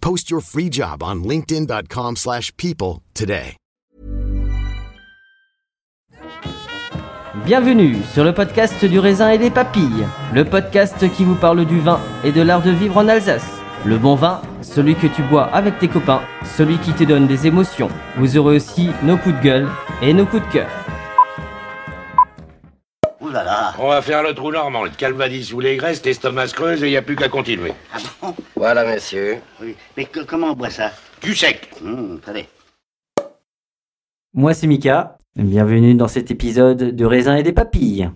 Post your free job on linkedin.com/people slash people today. Bienvenue sur le podcast du raisin et des papilles, le podcast qui vous parle du vin et de l'art de vivre en Alsace. Le bon vin, celui que tu bois avec tes copains, celui qui te donne des émotions. Vous aurez aussi nos coups de gueule et nos coups de cœur. Ouh là là On va faire le trou normand, le calvadis sous les graisses, l'estomac se creuse et il n'y a plus qu'à continuer. Ah bon Voilà, messieurs. Oui. Mais que- comment on boit ça Du sec. Hum, Allez. Moi c'est Mika, bienvenue dans cet épisode de raisin et des papilles.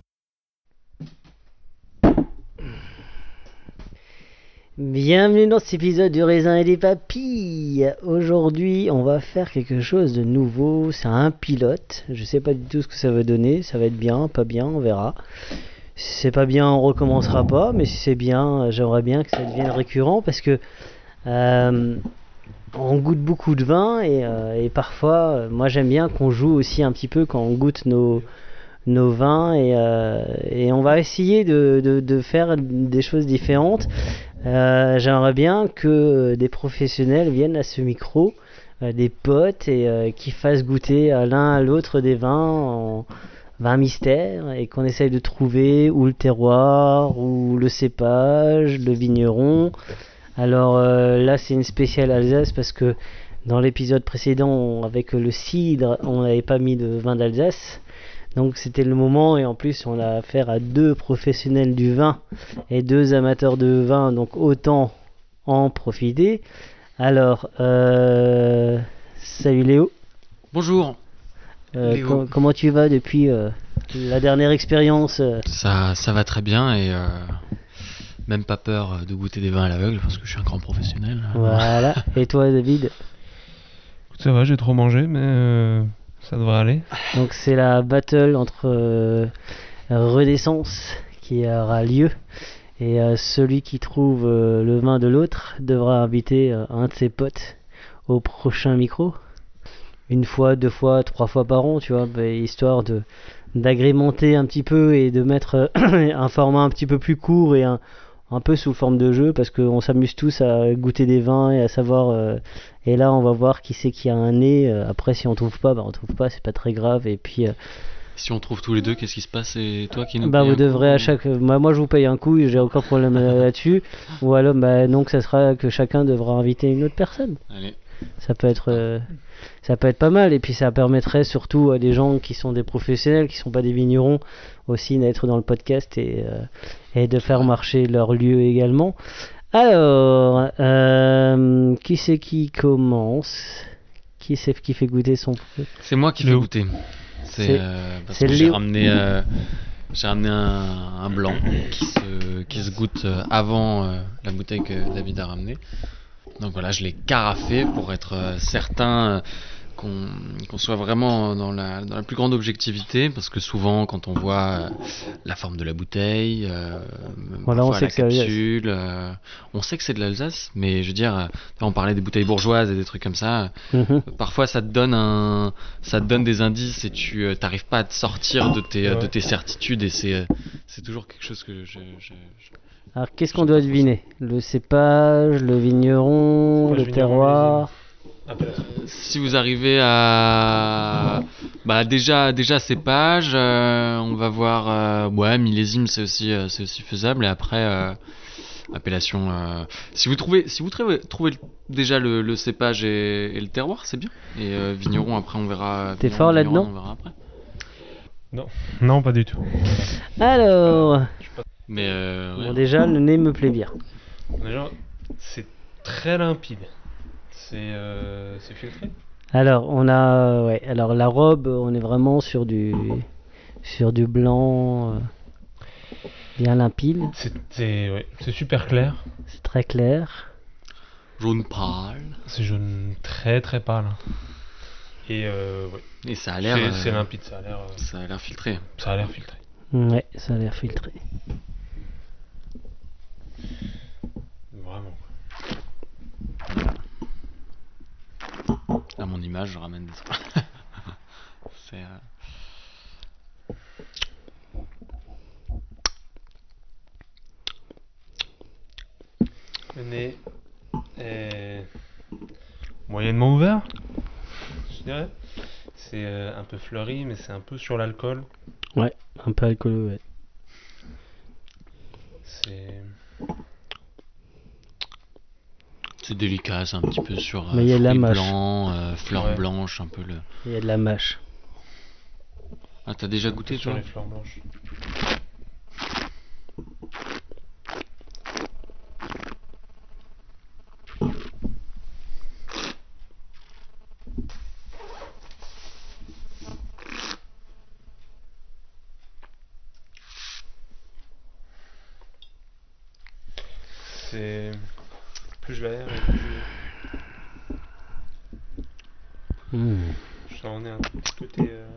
Bienvenue dans cet épisode du raisin et des papilles. Aujourd'hui, on va faire quelque chose de nouveau. C'est un pilote. Je sais pas du tout ce que ça va donner. Ça va être bien, pas bien, on verra. Si c'est pas bien, on recommencera pas. Mais si c'est bien, euh, j'aimerais bien que ça devienne récurrent parce que euh, on goûte beaucoup de vin et, euh, et parfois, euh, moi j'aime bien qu'on joue aussi un petit peu quand on goûte nos nos vins et, euh, et on va essayer de- de- de faire des choses différentes. Euh, J'aimerais bien que des professionnels viennent à ce micro, euh, des potes, et euh, qu'ils fassent goûter à l'un à l'autre des vins en vins mystères, et qu'on essaye de trouver où le terroir, ou le cépage, le vigneron. Alors euh, là, c'est une spéciale Alsace parce que dans l'épisode précédent, on- avec le cidre, on n'avait pas mis de vin d'Alsace. Donc c'était le moment et en plus on a affaire à deux professionnels du vin et deux amateurs de vin, donc autant en profiter. Alors, euh, salut Léo, Bonjour. Euh, Léo. com- comment tu vas depuis euh, la dernière expérience euh, Ça, ça va très bien et euh, même pas peur de goûter des vins à l'aveugle parce que je suis un grand professionnel. Voilà, et toi David Ça va, j'ai trop mangé, mais euh, ça devrait aller. Donc c'est la battle entre euh, Renaissance qui aura lieu et euh, celui qui trouve euh, le vin de l'autre devra inviter euh, un de ses potes au prochain micro. Une fois, deux fois, trois fois par an, tu vois, bah, histoire de d'agrémenter un petit peu et de mettre euh, un format un petit peu plus court et un, un peu sous forme de jeu parce qu'on s'amuse tous à goûter des vins et à savoir euh, et là, on va voir qui c'est qui a un nez. Euh, Après, si on trouve pas, bah, on trouve pas, c'est pas très grave. Et puis, euh, Si on trouve tous les deux, qu'est-ce qui se passe C'est toi qui nous bah, paye vous un coup devrez à chaque. Moi, moi, je vous paye un coup, et j'ai encore problème euh, là-dessus. Ou alors, bah, donc, ça sera que chacun devra inviter une autre personne. Allez. Ça peut être, euh, ça peut être pas mal. Et puis, ça permettrait surtout à des gens qui sont des professionnels, qui sont pas des vignerons, aussi d'être dans le podcast et, euh, et de faire marcher leur lieu également. Alors, euh, qui c'est qui commence Qui c'est qui fait goûter son C'est moi qui vais Léo. goûter. C'est- C'est euh, parce c'est que j'ai Léo. ramené, euh, j'ai ramené un, un blanc qui se, qui se goûte euh, avant euh, la bouteille que David a ramenée. Donc voilà, je l'ai carafé pour être euh, certain euh, qu'on qu'on soit vraiment dans la, dans la plus grande objectivité, parce que souvent, quand on voit euh, la forme de la bouteille, euh, Voilà, on parfois sait la que c'est l'Alsace. capsule, euh, on sait que c'est de l'Alsace, mais je veux dire, euh, on parlait des bouteilles bourgeoises et des trucs comme ça. Mhm. Parfois, ça te donne un, ça te donne des indices et tu euh, t'arrives pas à te sortir de tes, euh, de tes certitudes, et c'est euh, c'est toujours quelque chose que je- je, je Alors qu'est-ce qu'on doit deviner Le cépage, le vigneron, le terroir. Si vous arrivez à bah déjà déjà cépage, euh, on va voir euh, ouais millésime c'est aussi euh, c'est aussi faisable et après euh, appellation. euh, si vous trouvez si vous trouvez, trouvez le- déjà le, le cépage et, et le terroir c'est bien et euh, Mhm. vigneron après on verra. T'es vigneron, fort vigneron, là-dedans on verra après. Non, pas du tout. Ah, Alors, Mais euh, ouais. bon, déjà le nez me plaît bien. Déjà, c'est très limpide. C'est euh, c'est filtré. Alors, on a euh, ouais, alors la robe, on est vraiment sur du sur du blanc euh, bien limpide, C'est c'est- ouais, c'est super clair. c'est très clair. Jaune pâle C'est jaune très très pâle. Et euh, ouais. et ça a l'air. C'est- euh, C'est limpide, ça a l'air. euh, Ça a l'air filtré. Ça a l'air filtré. Ouais, ça a l'air filtré. Vraiment. À mon image je ramène des. c'est euh, Le nez est moyennement ouvert, je dirais. C'est euh, un peu fleuri, mais c'est un peu sur l'alcool. Ouais, un peu alcoolo. Ouais. C'est. C'est délicat, c'est un petit peu sur euh, Mais il y a de la fruits mâche. blancs, euh, fleurs Ouais. blanches, un peu le. Il y a de la mâche. Ah, t'as déjà goûté sur toi les fleurs blanches. C'est plus je l'aère et plus Hmm. je, je sens en est un petit côté euh,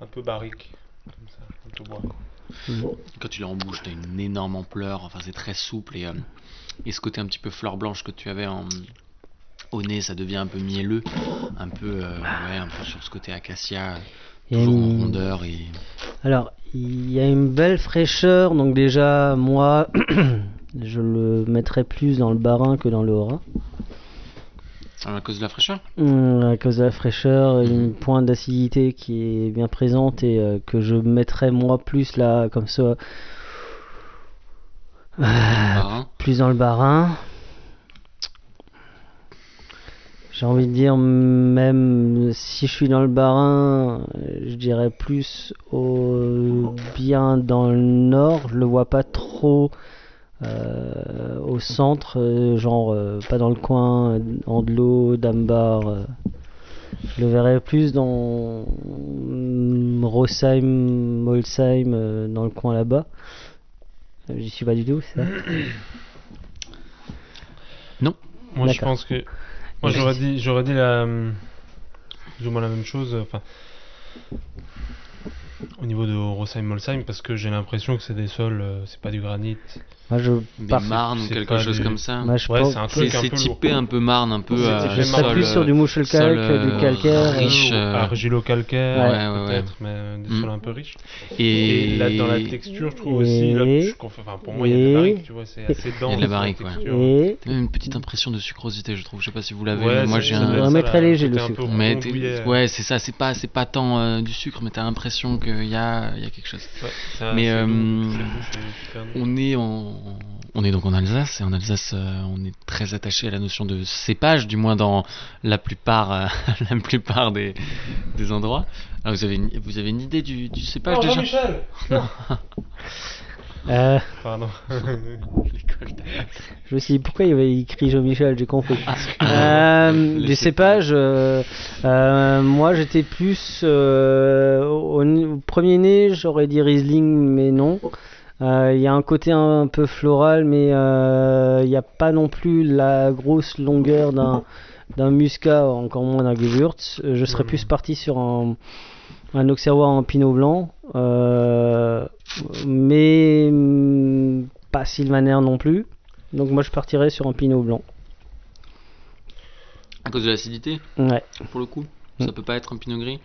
un peu barrique, comme ça, un peu bois. Quand tu l'as en bouche, t'as une énorme ampleur, enfin c'est très souple et, euh, et ce côté un petit peu fleur blanche que tu avais en, au nez, ça devient un peu mielleux, un peu, euh, ouais, un peu sur ce côté acacia, Il y a toujours en une- rondeur et. Alors, il y a une belle fraîcheur, donc déjà, moi, je le mettrais plus dans le barin que dans le haut-rhin. Ah, À cause de la fraîcheur Mmh. Hum, à cause de la fraîcheur, il y a une pointe d'acidité qui est bien présente et euh, que je mettrais moi plus là, comme ça, Ah, hein. plus dans le barin. J'ai envie de dire, même si je suis dans le barin, euh, je dirais plus au bien dans le nord. Je le vois pas trop euh, au centre, euh, genre euh, pas dans le coin, euh, Andelot, Dambar. euh. Je le verrais plus dans mm, Rosheim, Molsheim, euh, dans le coin là-bas. Euh, J'y suis pas du tout, c'est ça Moi, je D'accord. pense que. Moi, Vas-y. j'aurais dit, j'aurais dit la. euh, Plus ou moins la même chose. euh, Enfin. Au niveau de Rosheim-Molsheim, parce que j'ai l'impression que c'est des sols, euh, c'est pas du granit. Moi, je Des pars- marnes ou c'est quelque pas chose du- comme ça. moi, Ah, je Ouais, pense- c'est un C'est truc un c'est peu lourd. typé un peu marne, un peu. C'est euh, typé Je serais sol, plus sur du mouchel sol, calque, du euh, calcaire. euh, riche, euh, Argilo-calcaire, Ouais, ouais, peut-être, mais euh, des Mm. sols un peu riches. Et, Et, là, dans la texture, je trouve Et- aussi. Là, je conf- enfin, pour moi, il y a de la Et- barrique, tu vois, c'est assez dense. de la barrique, ouais. texture. Et T'as même une petite impression de sucrosité, je trouve. Je sais pas si vous l'avez, Ouais, mais moi c'est- j'ai ça un. doit être On ça, va là, mettre léger, côté le un peu sucre. Mais t'es- rondouillet. ouais, c'est ça, c'est pas, c'est pas tant euh, du sucre, mais t'as l'impression qu'il y a, y a quelque chose. Ouais, ça, Mais, c'est euh, doux, je l'ai vu, c'est super doux. On est en, on est donc en Alsace et en Alsace, euh, on est très attaché à la notion de cépage, du moins dans la plupart, euh, la plupart des, des endroits. Alors, vous avez, une, vous avez une idée du, du cépage Oh, déjà Jean-Michel euh, Pardon. L'école d'Alsace. je me suis dit pourquoi il y avait écrit Jean-Michel, j'ai compris. le Euh, des cépage. cépages, euh, euh, moi j'étais plus euh, au, au premier nez, j'aurais dit Riesling, mais non. Euh, Il y a un côté un, peu floral, mais euh, il n'y a pas non plus la grosse longueur d'un d'un muscat, encore moins d'un gewürz. Euh, Je serais Hmm. plus parti sur un, un auxerrois en pinot blanc, euh, mais hmm, pas sylvaner non plus. Donc moi je partirais sur un pinot blanc. À cause de l'acidité Ouais. Pour le coup Hmm. Ça peut pas être un pinot gris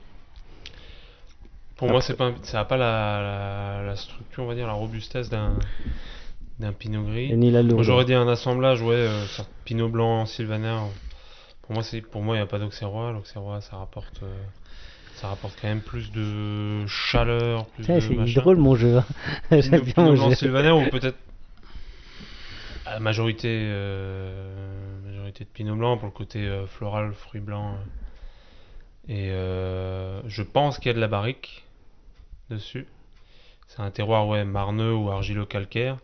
Pour moi, c'est pas, un- ça a pas la, la- la structure, on va dire, la robustesse d'un d'un pinot gris. Et ni la lourdeur. Moi, J'aurais dit un assemblage, ouais, euh, ça- pinot blanc, sylvaner. Pour moi, c'est, pour moi, il n'y a pas d'auxerrois. L'auxerrois, ça rapporte, euh, ça rapporte quand même plus de chaleur, plus Tiens, de c'est machin. drôle mon jeu. hein. Pinot, J'aime bien Pinot mon blanc jeu. sylvaner ou peut-être à la majorité, euh, majorité de pinot blanc pour le côté euh, floral, fruits blancs. euh. Et euh, je pense qu'il y a de la barrique dessus. C'est un terroir ouais, marneux ou argilo-calcaire.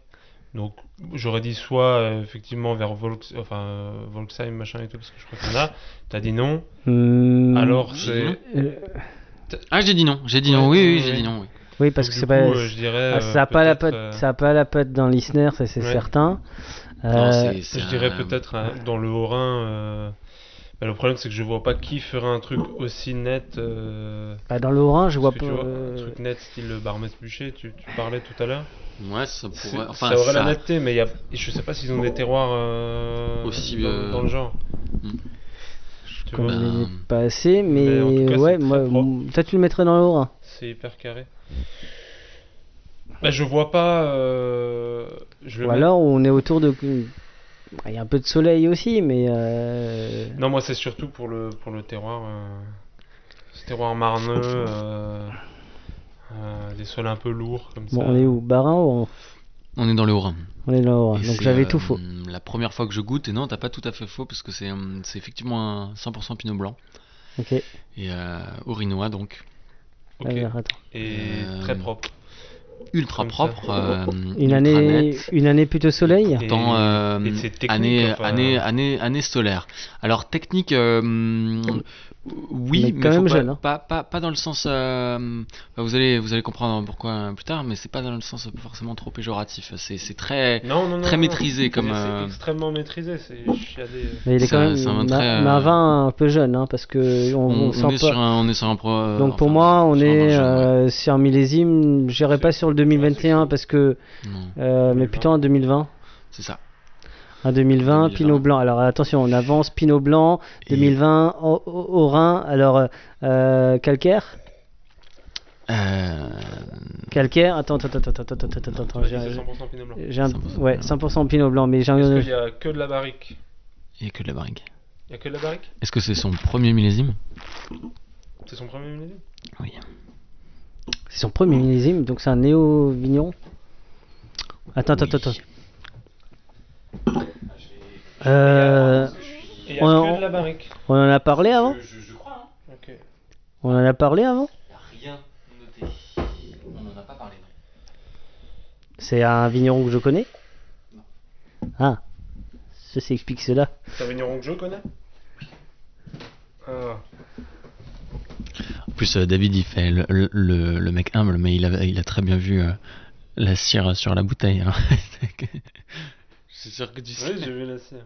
Donc j'aurais dit soit euh, effectivement vers Volks, enfin, euh, Volksheim, machin et tout, parce que je crois qu'il y en a. T'as dit non. Hmm. Alors c'est... Euh, Ah, j'ai dit non, j'ai dit non, Ouais, oui, oui, ouais, j'ai ouais. dit non, oui. Oui, parce Donc, que du c'est pas. coup, euh, je dirais, ah, euh, ça a pas la peut-être, pote, euh, ça a pas la pote dans Lisner, ça c'est Ouais. certain. Non, Euh, c'est- c'est- je dirais peut-être euh, dans le Haut-Rhin. euh, bah, le problème, c'est que je vois pas qui ferait un truc aussi net. euh, Bah, dans le Haut-Rhin, je parce vois que pas, tu vois, euh, Un truc net, style le baromètre bûcher, tu, tu parlais tout à l'heure. Ouais, ça pourrait- C'est- enfin, ça aurait ça- la netteté, mais il y a, je sais pas s'ils ont des terroirs euh, Aussi, dans, euh, dans le genre. je Tu connais vois, pas assez, mais, Mais en tout cas, ouais, c'est moi, toi tu le mettrais dans le Haut-Rhin. C'est hyper carré. Bah, je vois pas. euh, je le Ou mets- alors on est autour de. bah, Il y a un peu de soleil aussi, mais. euh, Non, moi, c'est surtout pour le, pour le terroir. euh, ce terroir marneux, euh, euh, des sols un peu lourds comme Bon, ça. on est où Barin ou on... On est dans le Haut-Rhin. On est dans le Haut-Rhin, Et donc c'est, j'avais euh, tout faux. La première fois que je goûte, et non, t'as pas tout à fait faux, parce que c'est hum, c'est effectivement un 100% pinot blanc. Ok. Et euh, orinois, donc. Ok. Alors, Et Euh, très propre. Ultra Comme ça. propre. euh, Une ultra année, net. une année plutôt soleil. Pourtant, euh, et c'est technique, année, enfin. année, année, année solaire. Alors, technique, euh, hum, oui, Mais mais, quand faut même pas, jeune, hein. pas, pas, pas dans le sens. euh, hum, bah, vous, allez, vous allez comprendre pourquoi euh, plus tard, mais c'est pas dans le sens forcément trop péjoratif. C'est c'est très, Non, non, non, très non, maîtrisé c'est- comme. C'est euh, extrêmement maîtrisé. c'est- il y a des- Mais il est Ça- quand même ça ma- m'intéresse, mais un, euh, vin un peu jeune, hein, parce que on, on, on on sent est pas. sur un, on est sur un pro. euh, Donc pour enfin, moi, on sur un est enjeu, ouais. euh, sur un millésime. J'irai pas sur le 2021 parce que, euh, mais plutôt un 2020. C'est ça. Un 2020. 2020, Pinot Blanc. Alors attention, on avance. Pinot Blanc, 2020, au, au- au Rhin. Alors euh, euh, calcaire. Euh, Calcaire. Attends, attends, attends, attends, attends, attends, attends. Ouais, j'ai un- c'est 100% Pinot Blanc. j'ai un- ouais, 100% Pinot Blanc, mais j'ai Parce un. qu'il y a que de la barrique. Il n'y a que de la barrique. Il y a que de la barrique Est-ce que c'est son premier millésime C'est son premier millésime C'est son premier millésime, donc c'est un néo vigneron. Attends, attends, attends. Euh, Et il y a on, que de la barrique. on en a parlé avant hein. Ok. On en a parlé avant Rien noté. On n'en a pas parlé. C'est un vigneron que je connais Ah, ceci explique cela. C'est un vigneron que je connais Ah. En plus, euh, David, il fait le, le- le- le mec humble, mais il a, il a très bien vu euh, la cire sur la bouteille. hein. C'est sûr que tu sais. Oui, j'ai vu la cire.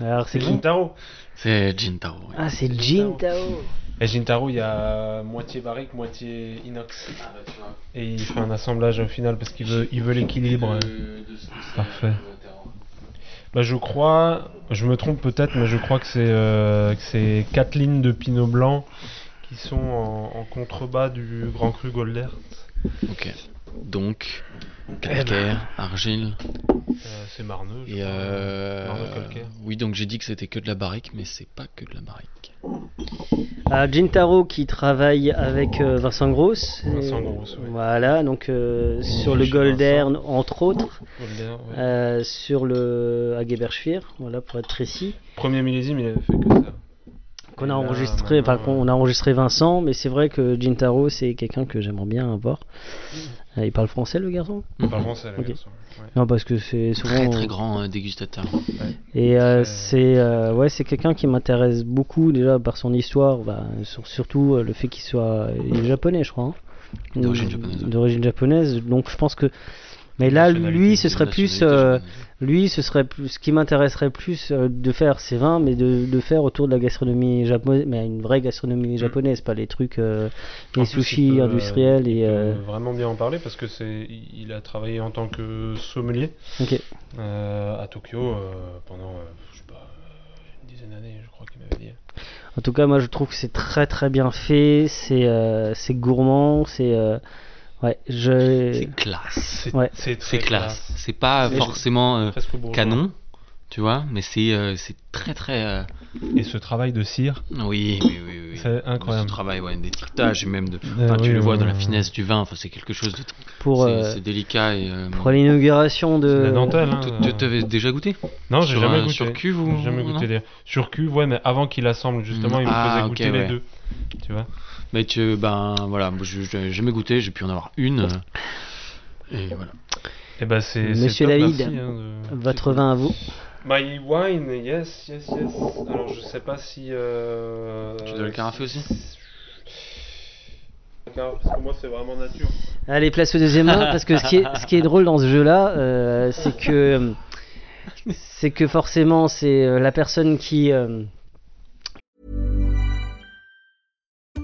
Alors c'est C'est qui Gintaro. c'est Jintaro. oui. Ah, c'est Jin Tao. Et Gintaro, il y a moitié barrique, moitié inox. Ah, bah, Et il fait un assemblage au final parce qu'il veut il veut l'équilibre. euh. Parfait. Bah, je crois, je me trompe peut-être, mais je crois que c'est euh, que c'est quatre lignes de pinot blanc qui sont en, en contrebas du Grand Cru Golder. Eh ben. Ok. Donc, calcaire, argile. Euh, c'est marneux. je Et crois. euh, Marneux calcaire. Oui, donc j'ai dit que c'était que de la barrique, mais c'est pas que de la barrique. Ah, Jin Tao qui travaille avec euh, Vincent Gross. Vincent Et- Gross, oui. Voilà, donc euh, sur Oui, le chez Vincent. Goldern, entre autres. Golder, ouais. Euh, sur le Hageberschwir, voilà pour être précis, Premier millésime, il avait fait que ça. qu'on Et là, a euh, enregistré, enfin maintenant, qu'on a enregistré Vincent, mais c'est vrai que Jintaro c'est quelqu'un que j'aimerais bien avoir. Euh, Il parle français le garçon Mhm. Il parle français, le Ok. garçon. Ouais. Non parce que c'est souvent Très très grand euh, dégustateur. et euh, c'est euh, ouais c'est quelqu'un qui m'intéresse beaucoup déjà par son histoire, bah, sur- surtout euh, le fait qu'il soit il est japonais je crois. hein. D'origine japonaise, ouais. D'origine japonaise, donc je pense que Mais là, lui, ce serait plus, euh, lui, ce serait plus, ce qui m'intéresserait plus euh, de faire ces vins, mais de, de faire autour de la gastronomie japonaise, mais une vraie gastronomie japonaise, pas les trucs, euh, Mm. En plus, les il sushis peut, euh, industriels il et. peut euh, vraiment bien en parler parce que c'est il a travaillé en tant que sommelier Ok. euh, à Tokyo euh, pendant euh, je sais pas euh, une dizaine d'années je crois qu'il m'avait dit. En tout cas, moi, je trouve que c'est très très bien fait. C'est euh, c'est gourmand. C'est euh, ouais. Je. C'est classe. Ouais. C'est classe. C'est pas C'est forcément euh, presque bourgeois. canon, tu vois, mais c'est euh, c'est très très. euh, Et ce travail de cire. Oui, oui, oui. oui. C'est incroyable. Ce travail, ouais, d'étiquetage, et même de. Euh, enfin, tu oui, le vois oui, dans la oui. finesse du vin, enfin, c'est quelque chose de. Pour, c'est- euh, C'est délicat et. euh, Pour l'inauguration de. la dentelle, hein. Tu tu avais déjà goûté Non, j'ai Sur, jamais euh, goûté. Sur cuve J'ai ou jamais non goûté les sur cuve ouais mais avant qu'il assemble justement Mm. il me Ah, faisait ok, goûter les ouais. deux. Tu vois. Mais tu, ben voilà, moi, je- je- j'ai jamais goûté, j'ai pu en avoir une. euh, Et voilà. Et ben c'est c'est Monsieur top, David, merci, hein, de- votre vin à vous. My wine, yes, yes, yes. Alors je sais pas si. Euh... Tu dois le carafer aussi Parce que moi c'est vraiment nature. Allez, place au deuxième round, parce que ce qui est, ce qui est drôle dans ce jeu-là, euh, c'est que c'est que forcément c'est euh, la personne qui euh,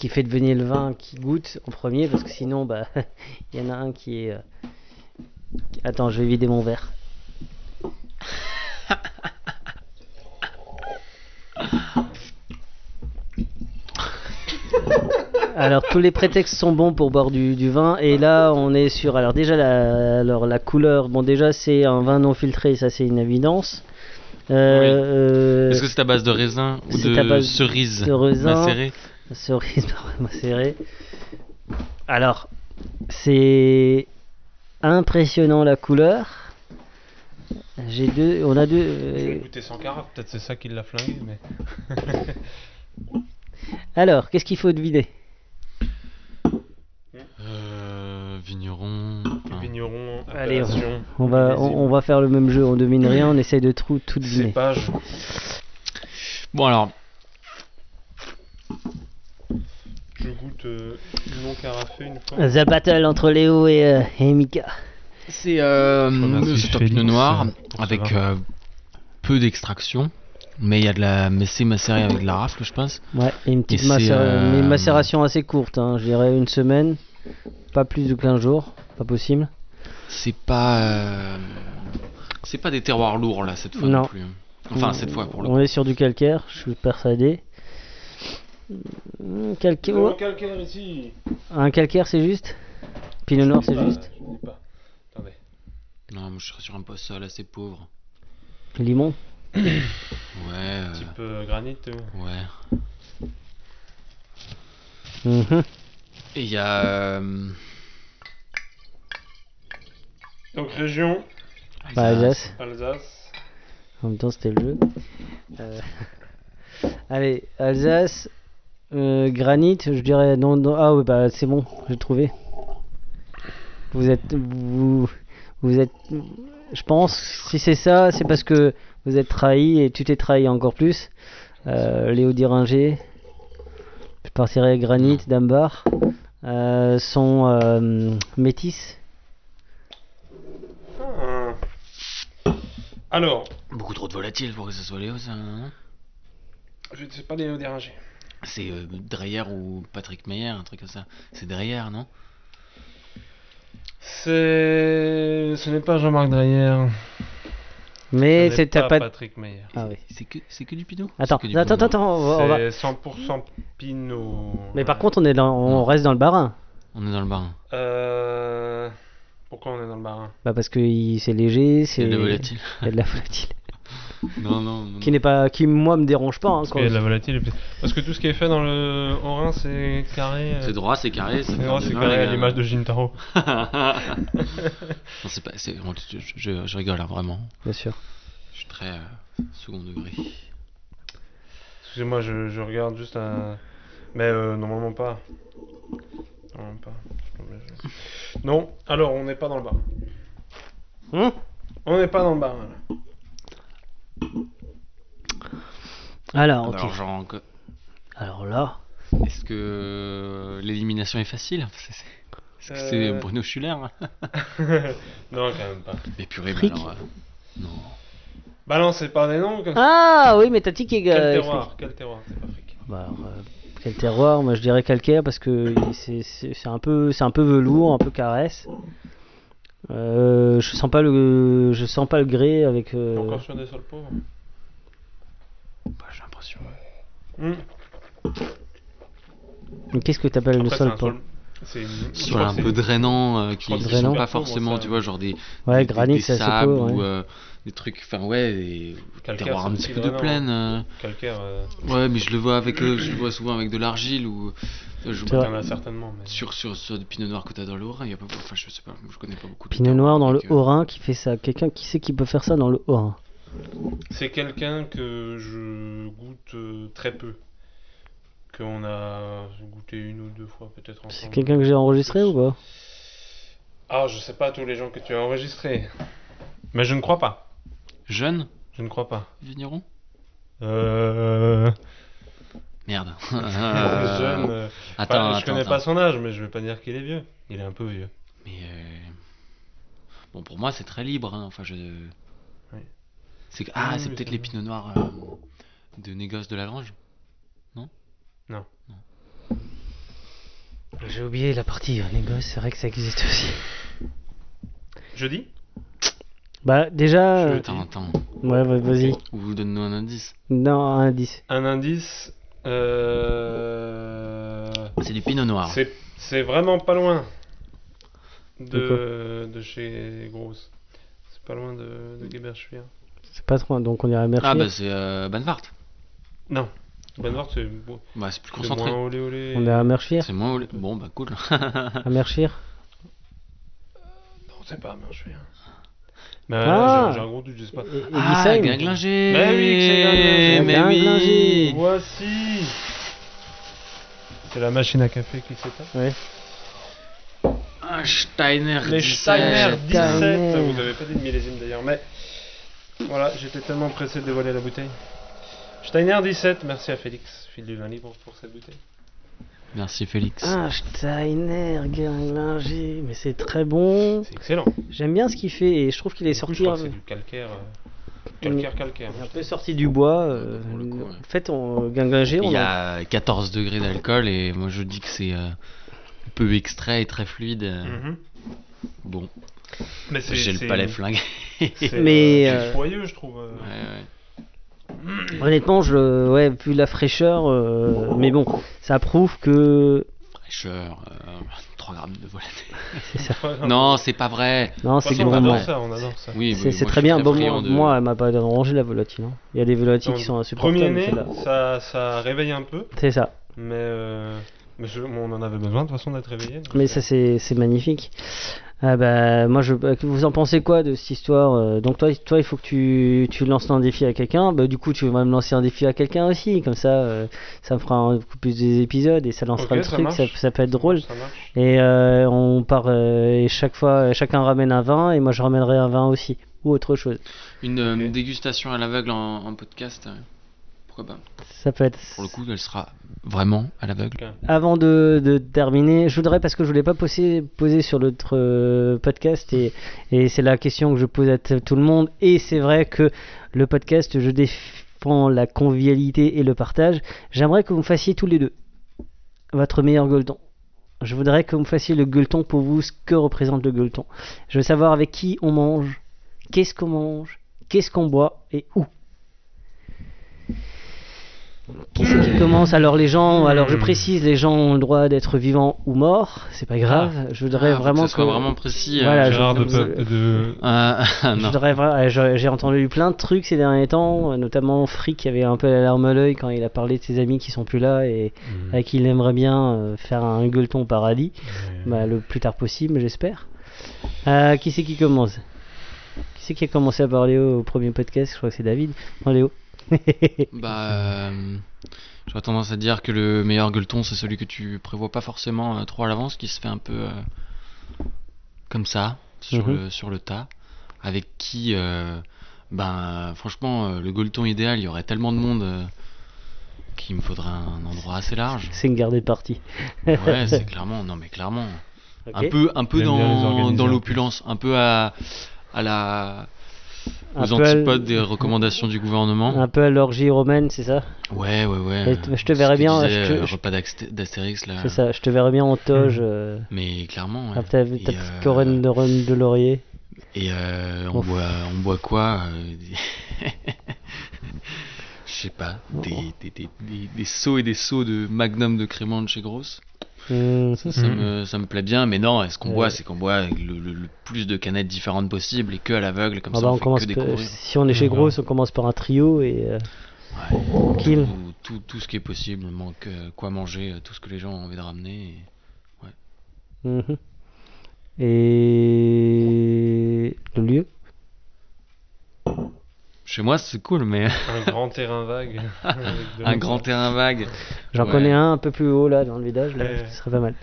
qui fait devenir le vin qui goûte en premier, parce que sinon bah il y en a un qui est. euh, qui- Attends, je vais vider mon verre. Alors tous les prétextes sont bons pour boire du, du vin et là on est sur alors déjà la, alors, la couleur bon déjà c'est un vin non filtré ça c'est une évidence. Euh, euh, Est-ce que c'est à base de raisin ou c'est de à base cerise de raisin, macérée Cerise macérée. Alors, c'est impressionnant la couleur. J'ai deux, on a deux. Je euh, l'ai goûté sans carafe, peut-être c'est ça qui l'a flingué, mais. Alors, qu'est-ce qu'il faut deviner Euh, vigneron. enfin, Vigneron, Allez, appellation, on, on va, on, on va faire le même jeu. On devine rien, on essaye de trou- tout deviner. cépage. Bon alors, Je goûte euh, non carafé une fois. The battle entre Léo et, euh, et Mika. c'est euh, remercie c'est un Félix, pinot noir euh, pour ce avec vin. euh, peu d'extraction, mais il y a de la, mais c'est macéré avec de la rafle, je pense. Ouais, et une petite Et c'est, macéra- euh, mais macération assez courte. hein, je dirais une semaine, pas plus de 15 jours, pas possible. C'est pas, euh, c'est pas des terroirs lourds là cette fois non, Non. plus. Enfin cette fois pour le. On est sur du calcaire, je suis persuadé. Hum, calca- Non, calcaire ici. Un calcaire, c'est juste Pinot noir, c'est Ah, juste je l'ai pas. Attendez. Non, moi, je serais sur un poste seul assez pauvre. Limon Ouais. euh, Type euh, granit. euh. Ouais. Mhm. Et il y a. euh, Donc région, Pas Bah, Alsace. Alsace. En même temps, c'était le jeu. Euh, Allez, Alsace, euh, granit, je dirais. Non, non- Ah oui, bah c'est bon, j'ai trouvé. Vous êtes. Vous, vous êtes. Je pense, si c'est ça, c'est parce que vous êtes trahi et tu t'es trahi encore plus. Euh, Léo Diringer. Je partirais Granit, Dambar. Euh, son euh, métis. Ah. Alors, Beaucoup trop de volatiles pour que ça soit Léo, ça. non je ne sais pas les déranger. C'est euh, Dreyer ou Patrick Meyer, un truc comme ça. C'est Dreyer, non C'est. Ce n'est pas Jean-Marc Dreyer. Mais Ce n'est c'est t'as pas pas. Patrick Meyer. Ah oui. C'est que, c'est que du Pinot Attends, C'est que du attends, Pinot. attends, attends, on va- on va- C'est 100% Pinot. Mais par contre, on est dans, on reste dans le barin. On est dans le barin. Euh... Pourquoi on est dans le barin Bah parce que il- c'est léger, c'est. de la volatile. Il y a de la volatile. Non, non, non. qui n'est pas, qui moi me dérange pas. hein, Parce quand qu'il y a de je- la volatile. et puis- Parce que tout ce qui est fait dans le Haut-Rhin, c'est carré. euh, C'est droit, c'est carré, c'est euh. C'est faire droit, du c'est vin, carré les à gars. l'image de Gintaro. Non, c'est pas, c'est- je, je- je rigole, hein, vraiment. Bien sûr. Je suis très euh, second degré. Excusez-moi, je, je regarde juste un. Mais euh, normalement pas. Normalement pas. Je suis obligé. Non, alors on n'est pas dans le bar. Hein on n'est pas dans le bar. là. Alors, ok. Alors, genre, que- Alors là, est-ce que l'élimination est facile C'est- c'est- Est-ce que Euh. c'est Bruno Schuller non, quand même pas. Mais purée, mais Frick. alors. euh, non. Balancez pas des noms comme ça. ah oui, mais t'as dit qu'il y a- Quel terroir Quel terroir C'est pas fric. Bah, alors, euh, quel terroir Moi, je dirais calcaire parce que il- c'est- c'est c'est un peu, c'est un peu velours, un peu caresse. Euh, je sens pas le, je sens pas le grès avec. euh, Encore sur des sols pauvres. Bah, J'ai l'impression. Hmm. mais Qu'est-ce que t'appelles le Après, sol, c'est un toi sol- C'est une- je Sur crois un que c'est- peu drainant, euh, qui crois que qui c'est sont super pas pauvre, forcément, ça. tu vois, genre des, Ouais, des- granit, des, des ça c'est sables peu. ou ouais. euh, des trucs, enfin ouais, des Calcaire, terroirs un c'est petit aussi peu de drainant. plaine. euh. Calcaire, euh, Ouais, mais je le vois avec, euh, je le vois souvent avec de l'argile ou euh, je- C'est il vrai. y en a certainement. Mais... sur sur sur du pinot noir que t'as dans le Haut-Rhin, il y a pas, enfin je sais pas, je connais pas beaucoup. de Pinot terroirs, noir dans le donc, euh, Haut-Rhin qui fait ça. Quelqu'un qui sait qui peut faire ça dans le Haut-Rhin C'est quelqu'un que je goûte euh, très peu. Qu'on a goûté une ou deux fois peut-être ensemble. C'est quelqu'un que j'ai enregistré ou pas Ah, je sais pas tous les gens que tu as enregistrés. Mais je ne crois pas. Jeune Je ne crois pas. vigneron. Euh... Merde. Jeune. Euh, euh, Attends, enfin, je attends, connais attends. pas son âge, mais je vais pas dire qu'il est vieux. Il est un peu vieux. Mais euh, bon, pour moi c'est très libre. hein, Enfin je. Oui. C'est que- Oui, ah c'est oui, peut-être c'est les vrai. pinots noirs euh, de négoce de la grange. euh, J'ai oublié la partie négoce. C'est vrai que ça existe aussi. Jeudi Bah déjà, euh, Attends, attends. ouais, va- vas-y. Ou donne-nous un indice. Non, un indice. Un indice. Euh... C'est du pinot noir. C'est- C'est vraiment pas loin de, de chez Grosse. C'est pas loin de, de Geberschwier. C'est pas trop, hein, donc on dirait merci. Ah bah c'est euh, Banvart. Non. Benvart, c'est bo- Bah c'est plus c'est concentré. moins olé olé. on est à Merchir. C'est moins olé. Bon bah cool. À Merchir. Non, c'est pas Geberschwier. Mais euh, Ah. j'ai j'ai un gros doute, je sais pas. Et- et ah Lissheim. Gaglinger. Mais Bah oui, que c'est Gaglinger. Mais oui. Gaglinger. Voici C'est la machine à café qui s'éteint. Ouais. Ah, Steiner. Les Steiner 17. 17 Steiner. Vous avez pas dit de millésime d'ailleurs, mais... Voilà, j'étais tellement pressé de dévoiler la bouteille. Steiner 17, merci à Félix, fil du vin libre pour cette bouteille. Merci Félix. Ah, Steiner, Guerlinger, mais c'est très bon. C'est excellent. J'aime bien ce qu'il fait et je trouve qu'il est Je sorti crois un, que c'est du calcaire. euh, Calcaire, calcaire. un peu sorti du bois. euh, Pour le coup, ouais. En fait, on Guinglinger, Il on y a... a 14 degrés d'alcool et moi je dis que c'est euh, peu extrait et très fluide. euh, Mhm. Bon, Mais c'est j'ai c'est- le palais flingué. c'est, Mais, euh, euh, c'est joyeux, je trouve. euh. Ouais, ouais. honnêtement, je le- ouais, vu la fraîcheur, euh, mais bon, ça prouve que Fraîcheur, euh, 3 grammes de volatilité. Ouais, de Non, c'est pas vrai. non, toute c'est façon, on bon. adore ouais. ça, on adore ça. Oui, C'est oui, c'est moi, très je suis bien. Bon, moi, friand de- Euh, moi, elle m'a pas dérangé la volatile. hein. Il y a des volatiles qui Donc, sont Premier insupportables. nez, celle-là. ça, ça réveille un peu, C'est ça. mais, euh, mais je- on en avait besoin de toute façon d'être réveillé. donc, Mais euh, ça, c'est c'est magnifique. Ah bah, moi, je, vous en pensez quoi de cette histoire euh, Donc, toi, toi, il faut que tu, tu lances un défi à quelqu'un. Bah, du coup, tu vas me lancer un défi à quelqu'un aussi. Comme ça, euh, ça me fera un- beaucoup plus des épisodes et ça lancera ok, le ça truc. Ça, marche, ça peut être drôle. Ça marche. Et euh, on part. euh, et chaque fois, euh, chacun ramène un vin et moi, je ramènerai un vin aussi. Ou autre chose. Une euh, Ok. dégustation à l'aveugle en, en podcast. euh, Pourquoi pas Ça peut être. Pour le coup, elle sera vraiment à l'aveugle. Avant de, de terminer, je voudrais, parce que je voulais pas poser, poser sur l'autre euh, podcast, et, et c'est la question que je pose à t- tout le monde, et c'est vrai que le podcast, je défends la convivialité et le partage, j'aimerais que vous me fassiez tous les deux votre meilleur goldon. Je voudrais que vous me fassiez le gueuleton pour vous, ce que représente le gueuleton. Je veux savoir avec qui on mange, qu'est-ce qu'on mange, qu'est-ce qu'on boit et où. Qui c'est qui commence Alors les gens, alors je précise, les gens ont le droit d'être vivants ou morts, c'est pas grave. je voudrais Ah, faut vraiment que ça soit que- vraiment précis. Voilà, je- Ah, Euh, je non. voudrais vra- je- j'ai entendu plein de trucs ces derniers temps, euh, notamment Frick qui avait un peu la larme à l'œil quand il a parlé de ses amis qui sont plus là et Mhm. à qui il aimerait bien euh, faire un gueuleton au paradis, Bah, le plus tard possible, j'espère. Euh, qui c'est qui commence Qui c'est qui a commencé à parler au, au premier podcast Je crois que c'est David. Non, Léo. Bah, euh, j'aurais tendance à dire que le meilleur gueuleton, c'est celui que tu prévois pas forcément euh, trop à l'avance, qui se fait un peu euh, comme ça, sur, Mhm. le, sur le tas, avec qui, euh, ben, franchement, euh, le gueuleton idéal, il y aurait tellement de monde euh, qu'il me faudrait un endroit assez large. c'est une gardée de partie. Ouais, c'est clairement, non mais clairement. Ok. Un peu, un peu J'aime bien les dans, organiser. hein. dans l'opulence, un peu à, à Ah, la, Un aux peu à l- antipodes des recommandations du gouvernement. Un peu à l'orgie romaine, c'est ça Ouais, ouais, ouais. Et je te verrais bien. Disait, je te- euh, je- repas d'Axté- d'Astérix là. C'est ça, je te verrais bien en toge. Euh, euh, Hmm. Ah, Mais clairement. ouais. avec ta, ta Et, petite euh, couronne de, rhum de laurier. Et euh, on Ouf. boit, on boit quoi euh, des- Je sais pas. Des, des, des, des, des seaux et des seaux de Magnum de Crémant de chez Grosse. Mm. Ça, ça me, ça me plaît bien, mais non, ce qu'on Ouais. boit, c'est qu'on boit le, le- le plus de canettes différentes possibles et que à l'aveugle, comme Ah ça bah, on, on fait commence que pe- découvrir. Hmm. si on est chez Grosse, on commence par un trio et euh, tranquille. Tout, tout, tout ce qui est possible, manque euh, quoi manger, euh, tout ce que les gens ont envie de ramener. et- Ouais. Mhm. Et le lieu Chez moi, c'est cool, mais. Un grand terrain vague. avec de un l'eau. grand terrain vague. J'en Ouais. Euh. connais un un peu plus haut là dans le village, là, Ouais, ouais. ce serait pas mal.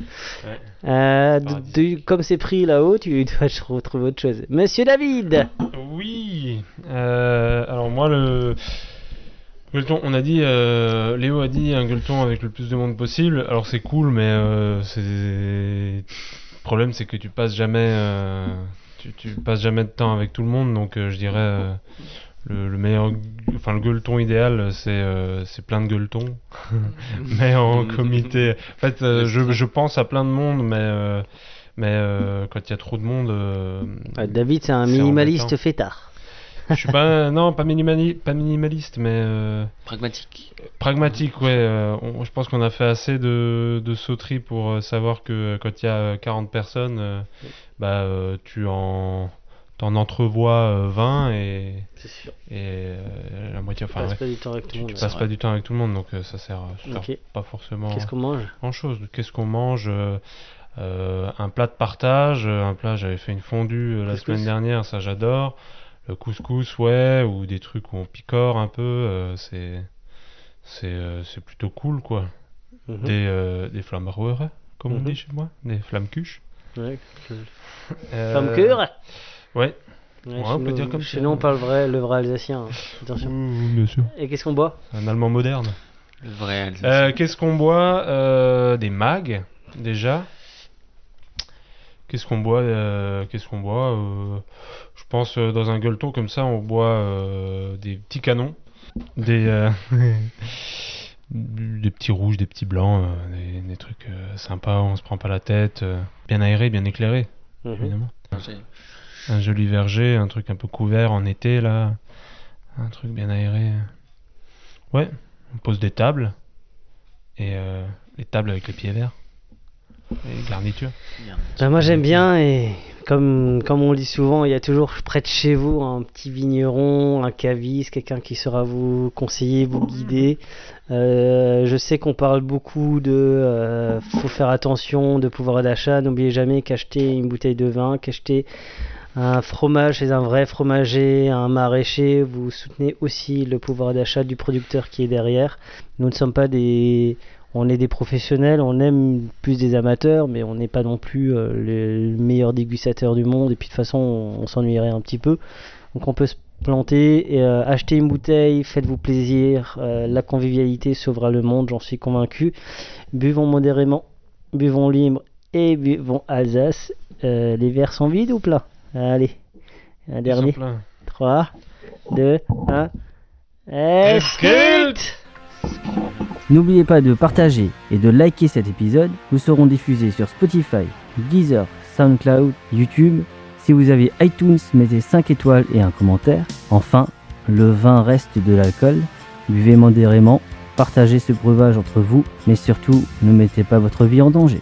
Ouais. Euh, de- de- comme c'est pris là-haut, tu dois retrouver autre chose. Monsieur David Oui. Euh, alors moi le gueuleton, on a dit, euh, Léo a dit un gueuleton avec le plus de monde possible. Alors c'est cool, mais euh, c'est le problème c'est que tu passes jamais, euh, tu, tu passes jamais de temps avec tout le monde. Donc euh, je dirais euh, le, le meilleur, gue- enfin le gueuleton idéal, c'est euh, c'est plein de gueuletons, mais en comité. En fait, euh, je, je pense à plein de monde, mais euh, mais euh, quand il y a trop de monde. euh, Ah, David, c'est un embêtant. minimaliste fêtard. Je suis pas euh, non pas minimali- pas minimaliste mais euh, Pragmatique. pragmatique ouais. euh, on- je pense qu'on a fait assez de, de sauteries pour euh, savoir que euh, quand il y a euh, 40 personnes, euh, bah euh, tu en t'en entrevois euh, 20 et et euh, la moitié enfin passes ouais, pas du temps avec tout tu- le monde, tu ouais. passes C'est pas vrai. du temps avec tout le monde donc euh, ça sert, ça sert Ok. pas forcément Qu'est-ce qu'on mange grand chose. Qu'est-ce qu'on mange euh, euh, Un plat de partage, euh, un plat, j'avais fait une fondue euh, la Couscous. semaine dernière, ça j'adore. Le couscous, ouais, ou des trucs où on picore un peu, euh, c'est c'est euh, c'est plutôt cool quoi. Mhm. Des, euh, des flamberoers, comme on Mhm. dit chez moi, des flammes-cuches. Ouais. Euh, Flammekuchen Ouais. Ouais, Ouais, chez on peut nous- dire comme chez ça. Mm. nous, on parle vrai, le vrai alsacien. hein. Euh, Attention. Et qu'est-ce qu'on boit Un allemand moderne. Le vrai. Euh, Qu'est-ce qu'on boit Euh, Des mags, déjà. Qu'est-ce qu'on boit euh, Qu'est-ce qu'on boit Euh, Je pense euh, dans un gueuleton comme ça, on boit euh, des petits canons, des euh, des petits rouges, des petits blancs, euh, des, des trucs euh, sympas. On se prend pas la tête, euh, bien aéré, bien éclairé, Mhm. évidemment. Un joli verger, un truc un peu couvert en été là, un truc bien aéré. Ouais, on pose des tables et euh, les tables avec les pieds verts, les garnitures. Bah, moi j'aime bien et comme, comme on le dit souvent, il y a toujours près de chez vous un petit vigneron, un caviste, quelqu'un qui saura vous conseiller, vous guider. Euh, je sais qu'on parle beaucoup de euh, faut faire attention, de pouvoir d'achat. N'oubliez jamais qu'acheter une bouteille de vin, qu'acheter un fromage chez un vrai fromager, un maraîcher, vous soutenez aussi le pouvoir d'achat du producteur qui est derrière. Nous ne sommes pas des... On est des professionnels, on aime plus des amateurs, mais on n'est pas non plus euh, le le meilleur dégustateur du monde, et puis de toute façon, on, on s'ennuierait un petit peu. Donc on peut se planter, et, euh, acheter une bouteille, faites-vous plaisir, euh, la convivialité sauvera le monde, j'en suis convaincu. Buvons modérément, buvons libre et buvons Alsace. Euh, les verres sont vides ou pleins Allez, un dernier. pleins. 3, 2, 1. Escute N'oubliez pas de partager et de liker cet épisode. Nous serons diffusés sur Spotify, Deezer, SoundCloud, YouTube. Si vous avez iTunes, mettez 5 étoiles et un commentaire. Enfin, le vin reste de l'alcool. Buvez modérément, partagez ce breuvage entre vous, mais surtout, ne mettez pas votre vie en danger.